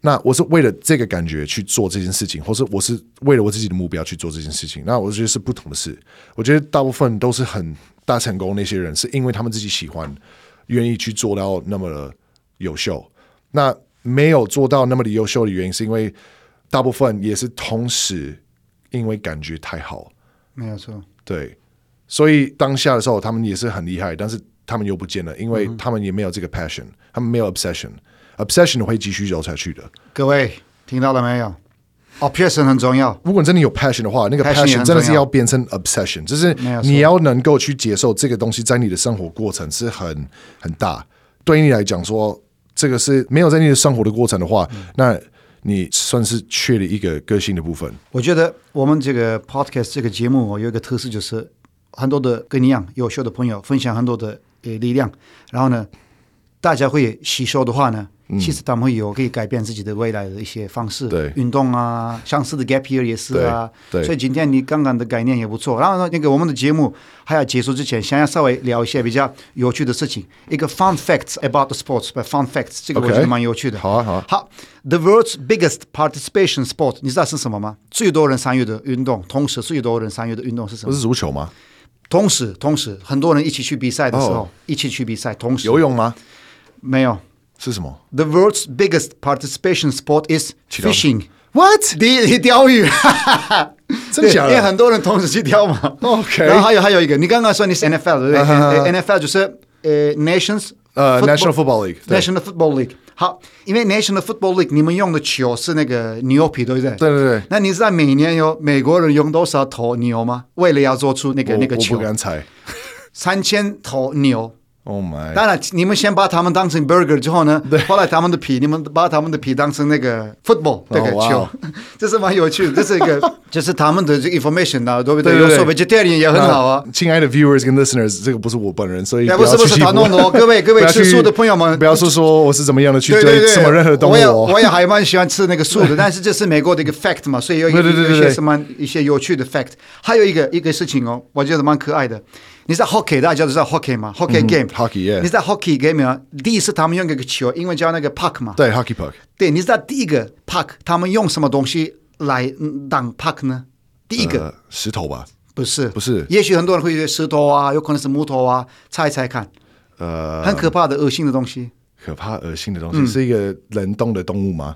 [SPEAKER 2] 那我是为了这个感觉去做这件事情，或是我是为了我自己的目标去做这件事情。那我觉得是不同的事。我觉得大部分都是很大成功那些人，是因为他们自己喜欢，愿意去做到那么的优秀。那没有做到那么的优秀的原因，是因为大部分也是同时因为感觉太好，
[SPEAKER 1] 没有错，
[SPEAKER 2] 对，所以当下的时候，他们也是很厉害，但是他们又不见了，因
[SPEAKER 1] 嗯
[SPEAKER 2] 为他们也没有这个 passion，他们没有 obsession。obsession 会继续揉下去的。
[SPEAKER 1] 各位听到了没有？哦，passion 很重要，
[SPEAKER 2] 如果你真的有 passion 的话，那个
[SPEAKER 1] Passion 也
[SPEAKER 2] passion
[SPEAKER 1] 很
[SPEAKER 2] 真的是
[SPEAKER 1] 重要
[SPEAKER 2] 要变成 obsession，就是
[SPEAKER 1] 没有错
[SPEAKER 2] 你要能够去接受这个东西，在你的生活过程是很很大。对于你来讲说，这个是没有在你的生活的过程的话，
[SPEAKER 1] 嗯
[SPEAKER 2] 那你算是缺了一个个性的部分。
[SPEAKER 1] 我觉得我们这个 podcast 这个节目，我有一个特色就是，很多的跟你一样优秀的朋友分享很多的呃力量，然后呢，大家会吸收的话呢，其实他们会有可以改变自己的未来的一些方式，
[SPEAKER 2] 嗯对
[SPEAKER 1] 运动啊，相似的 gap year 也是啊，
[SPEAKER 2] 对对
[SPEAKER 1] 所以今天你刚刚的概念也不错。然后呢，那个我们的节目还要结束之前，想要稍微聊一些比较有趣的事情，一个 fun facts about the sports，but fun facts 这个我
[SPEAKER 2] OK
[SPEAKER 1] 觉得蛮有趣的。
[SPEAKER 2] 好啊好啊
[SPEAKER 1] 好，The world's biggest participation sport，你知道是什么吗？最多人参与的运动，同时最多人参与的运动是什
[SPEAKER 2] 不
[SPEAKER 1] 么？
[SPEAKER 2] 是足球吗？
[SPEAKER 1] 同时，同时，很多人一起去比赛的时候，
[SPEAKER 2] 哦
[SPEAKER 1] 一起去比赛，同时
[SPEAKER 2] 游泳吗？
[SPEAKER 1] 没有。
[SPEAKER 2] 是什么
[SPEAKER 1] The world's biggest participation sport is
[SPEAKER 2] 祈祷
[SPEAKER 1] fishing，
[SPEAKER 2] ？What？
[SPEAKER 1] 第一钓鱼，啊
[SPEAKER 2] 真假
[SPEAKER 1] 对因为
[SPEAKER 2] 的
[SPEAKER 1] 很多人同时去钓嘛。
[SPEAKER 2] OK
[SPEAKER 1] 然后还有还有一个，你刚刚说你是 NFL 对不对、
[SPEAKER 2] 啊
[SPEAKER 1] n f l 就是呃 Nations
[SPEAKER 2] 呃
[SPEAKER 1] Football-
[SPEAKER 2] Uh， National Football League，对
[SPEAKER 1] National Football League。好，因为 National Football League 你们用的球是那个牛皮，对不对？
[SPEAKER 2] 对对对
[SPEAKER 1] 那你知道每年有美国人用多少头牛吗？为了要做出那个
[SPEAKER 2] 我
[SPEAKER 1] 那个
[SPEAKER 2] 我
[SPEAKER 1] 球
[SPEAKER 2] 不，敢猜。
[SPEAKER 1] 三千头牛。
[SPEAKER 2] Oh my！
[SPEAKER 1] 当然，你们先把他们当成 burger 之后呢，后来他们的皮，你们把他们的皮当成那个 football 那个
[SPEAKER 2] 哇
[SPEAKER 1] 球
[SPEAKER 2] 哦，
[SPEAKER 1] 这是蛮有趣的，这是一 个，就是他们的这个 information 啊，对不对？
[SPEAKER 2] 对对
[SPEAKER 1] 有
[SPEAKER 2] 对
[SPEAKER 1] 时候 vegetarian 也很好啊。
[SPEAKER 2] 那亲爱的 viewers 跟 listeners，这个不是我本人，所以
[SPEAKER 1] 哎
[SPEAKER 2] 不要
[SPEAKER 1] 不是不
[SPEAKER 2] 去
[SPEAKER 1] 是
[SPEAKER 2] 欺负
[SPEAKER 1] 他弄的 哦各位各位
[SPEAKER 2] 不要去
[SPEAKER 1] 吃素的朋友们
[SPEAKER 2] 不要说说我是怎么样的去
[SPEAKER 1] 对对对，
[SPEAKER 2] 什么任何动物
[SPEAKER 1] 我也
[SPEAKER 2] 哦。
[SPEAKER 1] 我也还蛮喜欢吃那个素的， 但是这是美国的一个 fact 嘛，所以有一
[SPEAKER 2] 对对对
[SPEAKER 1] 有一
[SPEAKER 2] 对
[SPEAKER 1] 些
[SPEAKER 2] 对
[SPEAKER 1] 什么一些有趣的 fact，还有一个一个事情哦，我觉得蛮可爱的。你知道 hockey 大家都知道 hockey 吗？hockey
[SPEAKER 2] 嗯
[SPEAKER 1] game、
[SPEAKER 2] hockey，yeah
[SPEAKER 1] 你知道 hockey game 吗？第一次他们用一个球，因为叫那个 puck 嘛。
[SPEAKER 2] 对 hockey puck，
[SPEAKER 1] 对，你知道第一个 puck 他们用什么东西来嗯当 puck 呢？第一个、
[SPEAKER 2] 呃石头吧，
[SPEAKER 1] 不是
[SPEAKER 2] 不是
[SPEAKER 1] 也许很多人会觉得石头啊，有可能是木头啊，猜一猜看，
[SPEAKER 2] 呃，
[SPEAKER 1] 很可怕的恶心的东西。
[SPEAKER 2] 可怕恶心的东
[SPEAKER 1] 嗯
[SPEAKER 2] 西，是一个冷冻的动物吗？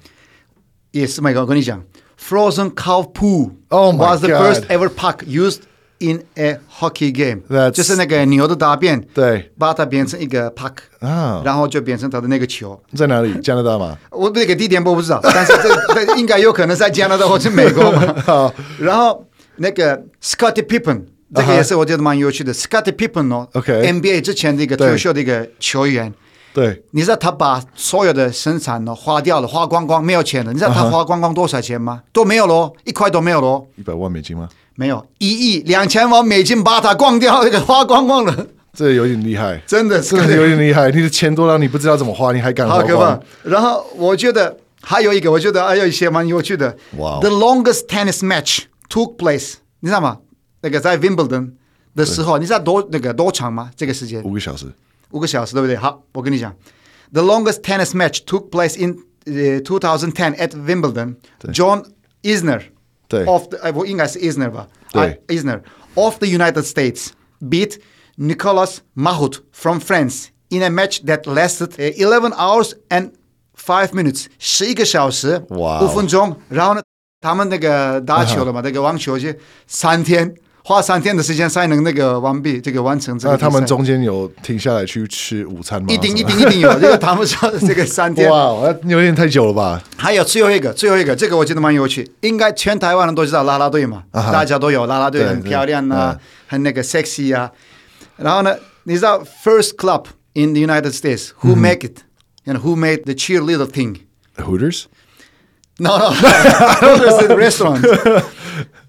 [SPEAKER 1] 也是美国，我跟你讲，frozen cow poo
[SPEAKER 2] Oh my
[SPEAKER 1] was the
[SPEAKER 2] God.
[SPEAKER 1] first ever puck used in a hockey game，
[SPEAKER 2] That's-
[SPEAKER 1] 就是那个牛的大便，
[SPEAKER 2] 对，
[SPEAKER 1] 把它变成一个 puck，、
[SPEAKER 2] 啊
[SPEAKER 1] 然后就变成它的那个球。
[SPEAKER 2] 在哪 里？加拿大吗？
[SPEAKER 1] 我那个地点我不知道，但是这这应该有可能在加拿大或者美 国
[SPEAKER 2] Oh.
[SPEAKER 1] 嘛。然后那个 Scottie Pippen，这
[SPEAKER 2] Uh-huh.
[SPEAKER 1] 个也是我觉得蛮有趣的。Scottie Pippen 哦
[SPEAKER 2] OK
[SPEAKER 1] NBA 之前的一个退休的一个球员。
[SPEAKER 2] 对，
[SPEAKER 1] 你知道他把所有的生产呢花掉了，花光光，没有钱了。你知道他花光光多少钱吗都没有喽，一块都没有喽，
[SPEAKER 2] 一百万美金吗？
[SPEAKER 1] 没有一亿两千万美金把它逛掉，这个花光光了，
[SPEAKER 2] 这有点厉 害，
[SPEAKER 1] 真的是
[SPEAKER 2] 真的有点厉害。你的钱多到你不知道怎么花，你还敢花
[SPEAKER 1] 好可怕
[SPEAKER 2] 光？。
[SPEAKER 1] 然后我觉得还有一个，我觉得还有一些蛮有趣的。
[SPEAKER 2] 哇哦
[SPEAKER 1] The longest tennis match took place，你知道吗？那个在 Wimbledon 的时候，你知道多那个多长吗？这个时间
[SPEAKER 2] 五个小时，
[SPEAKER 1] 五个小时，对不对？好，我跟你讲，The longest tennis match took place in 呃2010 at Wimbledon. John Isner
[SPEAKER 2] 对
[SPEAKER 1] of the eh, 呃我应该是 Isner 吧？
[SPEAKER 2] 对
[SPEAKER 1] 啊，Isner of the United States beat Nicolas Mahut from France in a match that lasted 呃11 hours and five minutes，十一个小时，
[SPEAKER 2] 哇
[SPEAKER 1] 五分钟。然后呢，他们那个打球了嘛，那个网球就三天。花三天的时间才能那个完毕，这个完成这个
[SPEAKER 2] 那
[SPEAKER 1] 比赛。
[SPEAKER 2] 他们中间有停下来去吃午餐吗？
[SPEAKER 1] 一定一
[SPEAKER 2] 什么
[SPEAKER 1] 定一定有，这个他们说的这个三天。
[SPEAKER 2] 哇，那有点太久了吧？
[SPEAKER 1] 还有最后一个，最后一个，这个我觉得蛮有趣，应该全台湾人都知道啦啦队嘛，
[SPEAKER 2] 啊哈
[SPEAKER 1] 大家都有啦啦队，
[SPEAKER 2] 对
[SPEAKER 1] 很
[SPEAKER 2] 对
[SPEAKER 1] 漂亮啊
[SPEAKER 2] 嗯，
[SPEAKER 1] 很那个 sexy 啊。然后呢，你知道 first club in the United States who make it and who made the cheerleader thing？
[SPEAKER 2] Hooters，
[SPEAKER 1] No, no, it was a restaurant.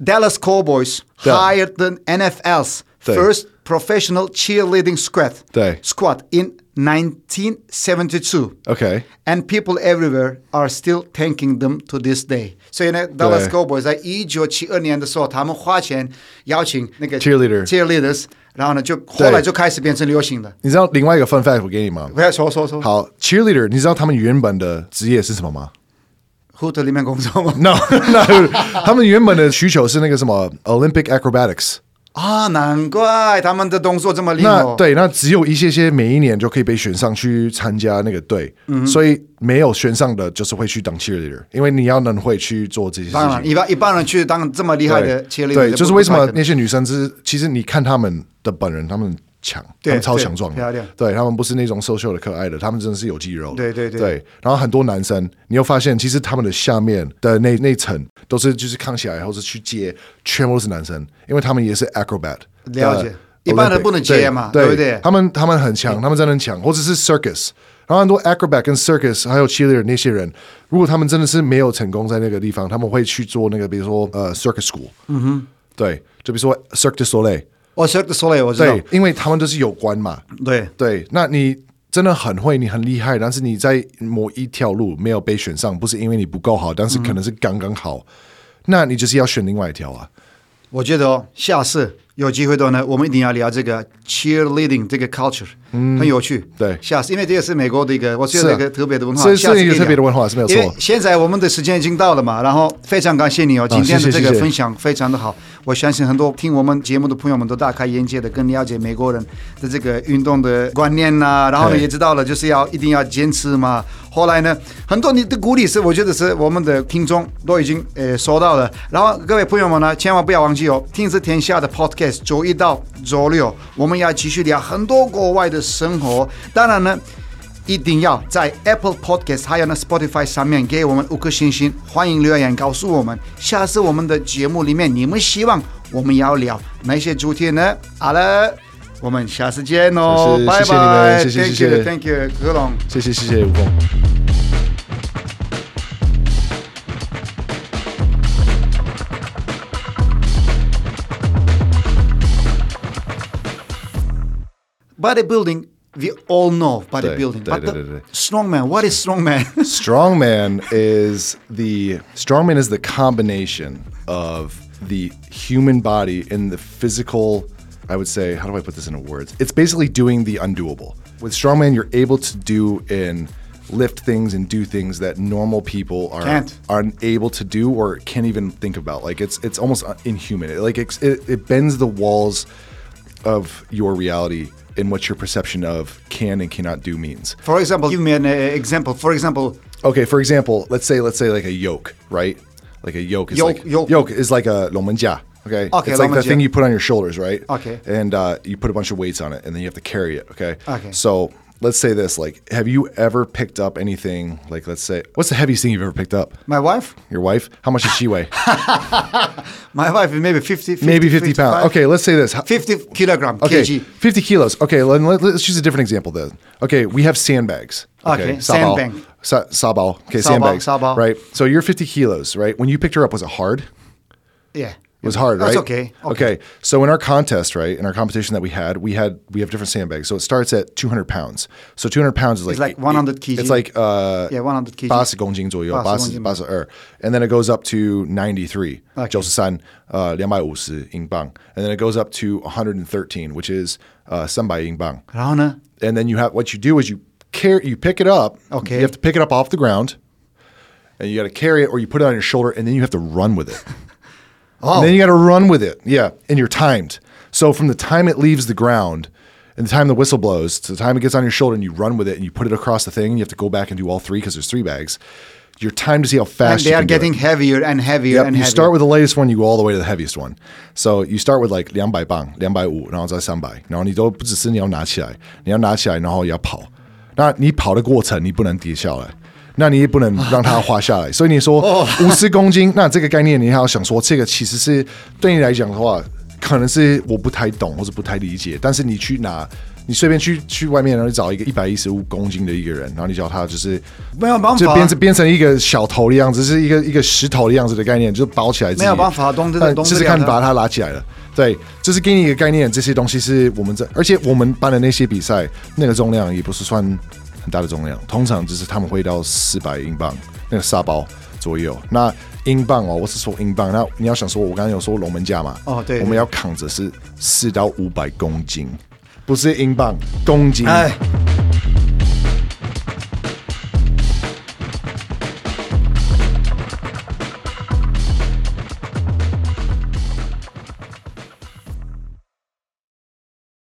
[SPEAKER 1] Dallas Cowboys
[SPEAKER 2] Да.
[SPEAKER 1] hired the NFL's
[SPEAKER 2] Да.
[SPEAKER 1] first professional cheerleading squad.
[SPEAKER 2] Да.
[SPEAKER 1] Squad in 1972.
[SPEAKER 2] OK，
[SPEAKER 1] And people everywhere are still thanking them to this day。所以呢，Dallas Cowboys 在一九七二年的时候，他们花钱邀请那个
[SPEAKER 2] Cheerleader
[SPEAKER 1] cheerleaders，然后呢，就后来就开始变成流行的。
[SPEAKER 2] 你知道另外一个 fun fact 我给你吗？
[SPEAKER 1] 不要说说说，
[SPEAKER 2] 好，cheerleader，你知道他们原本的职业是什么吗
[SPEAKER 1] 胡特里面工作吗？
[SPEAKER 2] ？No，no，他们原本的需求是那个什么 Olympic acrobatics。
[SPEAKER 1] 啊，难怪他们的动作这么厉害、
[SPEAKER 2] 那对，那只有一些些每一年就可以被选上去参加那个队，
[SPEAKER 1] 嗯
[SPEAKER 2] 所以没有选上的就是会去当 cheerleader，因为你要能会去做这些事
[SPEAKER 1] 当
[SPEAKER 2] 情
[SPEAKER 1] 然，。一般一般人去当这么厉害的
[SPEAKER 2] 对
[SPEAKER 1] cheerleader，
[SPEAKER 2] 对，
[SPEAKER 1] 不
[SPEAKER 2] 就是为什
[SPEAKER 1] 不太
[SPEAKER 2] 么
[SPEAKER 1] 可能
[SPEAKER 2] 那些女生之，其实你看她们的本人，她们强，她
[SPEAKER 1] 对
[SPEAKER 2] 们超强壮
[SPEAKER 1] 对漂
[SPEAKER 2] 的
[SPEAKER 1] 亮，
[SPEAKER 2] 对她们不是那种瘦瘦的可爱的，她们真的是有肌肉的。
[SPEAKER 1] 对对对
[SPEAKER 2] 对。然后很多男生，你又发现其实他们的下面的那那层都是就是扛起来或是去接，全部都是男生，因为他们也是 acrobat 的 Olympic。
[SPEAKER 1] 了解一般人不能接嘛
[SPEAKER 2] 对
[SPEAKER 1] 对不对嗯
[SPEAKER 2] 他们他们很强，他们真的很强，或者是 circus，然后很多 acrobat 跟 circus 还有 cheerleader 那些人，如果他们真的是没有成功在那个地方，他们会去做那个，比如说呃 circus school，嗯哼，对，就比如说 cirque du soleil，
[SPEAKER 1] 我 c i r q u Soleil 我知道
[SPEAKER 2] 对，，因为他们都是有关嘛，
[SPEAKER 1] 对，
[SPEAKER 2] 对，那你真的很会，你很厉害，但是你在某一条路没有被选上，不是因为你不够好，
[SPEAKER 1] 嗯
[SPEAKER 2] 但是可能是刚刚好，那你就是要选另外一条啊，
[SPEAKER 1] 我觉得哦，下次有机会的话呢，我们一定要聊这个 cheerleading 这个 culture，很有趣。
[SPEAKER 2] 嗯对
[SPEAKER 1] 下次因为这个是美国的一个，我觉得
[SPEAKER 2] 是啊
[SPEAKER 1] 一个特别的文化，
[SPEAKER 2] 是
[SPEAKER 1] 下次
[SPEAKER 2] 是一个
[SPEAKER 1] 定
[SPEAKER 2] 特别的
[SPEAKER 1] 聊
[SPEAKER 2] 文化是没有错
[SPEAKER 1] 因为现在我们的时间已经到了嘛，然后非常感谢你哦，今天的
[SPEAKER 2] 啊谢谢
[SPEAKER 1] 这个
[SPEAKER 2] 谢谢
[SPEAKER 1] 分享非常的好，我相信很多听我们节目的朋友们都大开眼界的，更了解美国人的这个运动的观念呐、然后呢
[SPEAKER 2] 对
[SPEAKER 1] 也知道了就是要一定要坚持嘛。后来呢，很多你的鼓励是我觉得是我们的听众都已经呃收到了，然后各位朋友们呢，千万不要忘记哦，听是天下的 Podcast，周一到周六我们要继续聊很多国外的生活，当然呢。一定要在 Apple Podcast 还有呢 Spotify 上面给我们五颗星星，欢迎留言告诉我们，下次我们的节目里面你们希望我们要聊哪些主题呢？好了，我们下次见哦，
[SPEAKER 2] 是
[SPEAKER 1] 拜
[SPEAKER 2] 谢谢你们
[SPEAKER 1] 拜
[SPEAKER 2] 谢谢
[SPEAKER 1] Oh, ，Thank
[SPEAKER 2] 谢
[SPEAKER 1] you
[SPEAKER 2] 谢
[SPEAKER 1] Thank you，何龙。
[SPEAKER 2] 谢谢谢谢吴峰。
[SPEAKER 1] Bodybuilding, we all know bodybuilding,
[SPEAKER 2] 对
[SPEAKER 1] but
[SPEAKER 2] 对对对
[SPEAKER 1] the strongman, what is strongman?
[SPEAKER 2] Strongman is the strongman is the combination of the human body and the physical. I would say, how do I put this into words? It's basically doing the undoable. With strongman, you're able to do and lift things and do things that normal people are
[SPEAKER 1] Can't.
[SPEAKER 2] are unable to do or can't even think about. Like it's it's almost uh, inhuman. It, like it's, it, it bends the walls of your reality and what your perception of can and cannot do means.
[SPEAKER 1] For example, give me an uh, example. For example,
[SPEAKER 2] Okay, for example, let's say let's say like a yoke, right? Like a yoke is
[SPEAKER 1] Yoke-
[SPEAKER 2] like
[SPEAKER 1] yoke.
[SPEAKER 2] yoke is like a lomanjia. Okay.
[SPEAKER 1] Okay,
[SPEAKER 2] It's like the
[SPEAKER 1] lomanjia.
[SPEAKER 2] thing you put on your shoulders, right?
[SPEAKER 1] Okay.
[SPEAKER 2] And uh, you put a bunch of weights on it and then you have to carry it. Okay.
[SPEAKER 1] Okay.
[SPEAKER 2] So let's say this, like have you ever picked up anything like let's say what's the heaviest thing you've ever picked up?
[SPEAKER 1] my wife,
[SPEAKER 2] Your wife? How much does she weigh?
[SPEAKER 1] my wife is maybe 50, 50
[SPEAKER 2] Maybe fifty pounds.
[SPEAKER 1] 55,
[SPEAKER 2] Okay, let's say this. How-
[SPEAKER 1] 50 kilogram,
[SPEAKER 2] Okay,
[SPEAKER 1] kg.
[SPEAKER 2] 50 kilos. Okay, let, let, us use a different example then. Okay, we have sandbags.
[SPEAKER 1] Okay,
[SPEAKER 2] sabao.
[SPEAKER 1] sandbag.
[SPEAKER 2] Sa- sabao. Okay,
[SPEAKER 1] Sabao,
[SPEAKER 2] sandbags.
[SPEAKER 1] sabao.
[SPEAKER 2] Right. So you're 50 kilos, right? When you picked her up, was it hard? It
[SPEAKER 1] Yeah.
[SPEAKER 2] was hard, right?
[SPEAKER 1] That's okay.
[SPEAKER 2] okay. So in our contest, right, in our competition that we had, we had we have different sandbags. So it starts at 200 pounds. So 200 pounds is like
[SPEAKER 1] like 100 kg.
[SPEAKER 2] It's like uh
[SPEAKER 1] Yeah, 100 kg.
[SPEAKER 2] 80公斤左右，
[SPEAKER 1] 80
[SPEAKER 2] 80
[SPEAKER 1] 公斤。
[SPEAKER 2] 82，and then it goes up to 93
[SPEAKER 1] Okay.
[SPEAKER 2] 93呃250英镑 and then it goes up to 113 which is uh 300英镑
[SPEAKER 1] 然后呢？
[SPEAKER 2] and then you have what you do is you carry you pick it up
[SPEAKER 1] Okay.
[SPEAKER 2] you have to pick it up off the ground and you got to carry it or you put it on your shoulder and then you have to run with it
[SPEAKER 1] Oh.
[SPEAKER 2] and then you got to run with it yeah and you're timed so from the time it leaves the ground and the time the whistle blows to the time it gets on your shoulder and you run with it and you put it across the thing and you have to go back and do all three because there's three bags you're timed to see how
[SPEAKER 1] And
[SPEAKER 2] fast
[SPEAKER 1] they
[SPEAKER 2] you
[SPEAKER 1] are
[SPEAKER 2] can do it.
[SPEAKER 1] getting heavier and heavier
[SPEAKER 2] Yep,
[SPEAKER 1] and
[SPEAKER 2] you
[SPEAKER 1] heavier.
[SPEAKER 2] start with the latest one, you go all the way to the heaviest one. So you start with like 两百磅、两百五，然后再三百，然后你都不只是你要拿起来，你要拿起来，然后也要跑。那你跑的过程，你不能跌下来，那你也不能让它滑下来。所以 你说五十公斤，那这个概念你还要想说，这个其实是对你来讲的话，可能是我不太懂或者不太理解，但是你去拿。你随便去去外面，然后你找一个一百一十五公斤的一个人，然后你叫他就是
[SPEAKER 1] 没有办法
[SPEAKER 2] 就变成变成一个小头的样子，是一个一个石头的样子的概念，就包起来自己
[SPEAKER 1] 没有办法动这个
[SPEAKER 2] 呃
[SPEAKER 1] 动不
[SPEAKER 2] 试试
[SPEAKER 1] 了
[SPEAKER 2] 看
[SPEAKER 1] 的
[SPEAKER 2] 把它拉起来了。对，就是给你一个概念，这些东西是我们在，而且我们办的那些比赛，那个重量也不是算很大的重量，通常就是他们会到四百英镑那个沙包左右。那英镑哦，我是说英镑。那你要想说，我刚刚有说龙门架嘛？
[SPEAKER 1] 哦对
[SPEAKER 2] 我们要扛着是四到五百公斤，不是英镑，公斤。
[SPEAKER 1] 哎，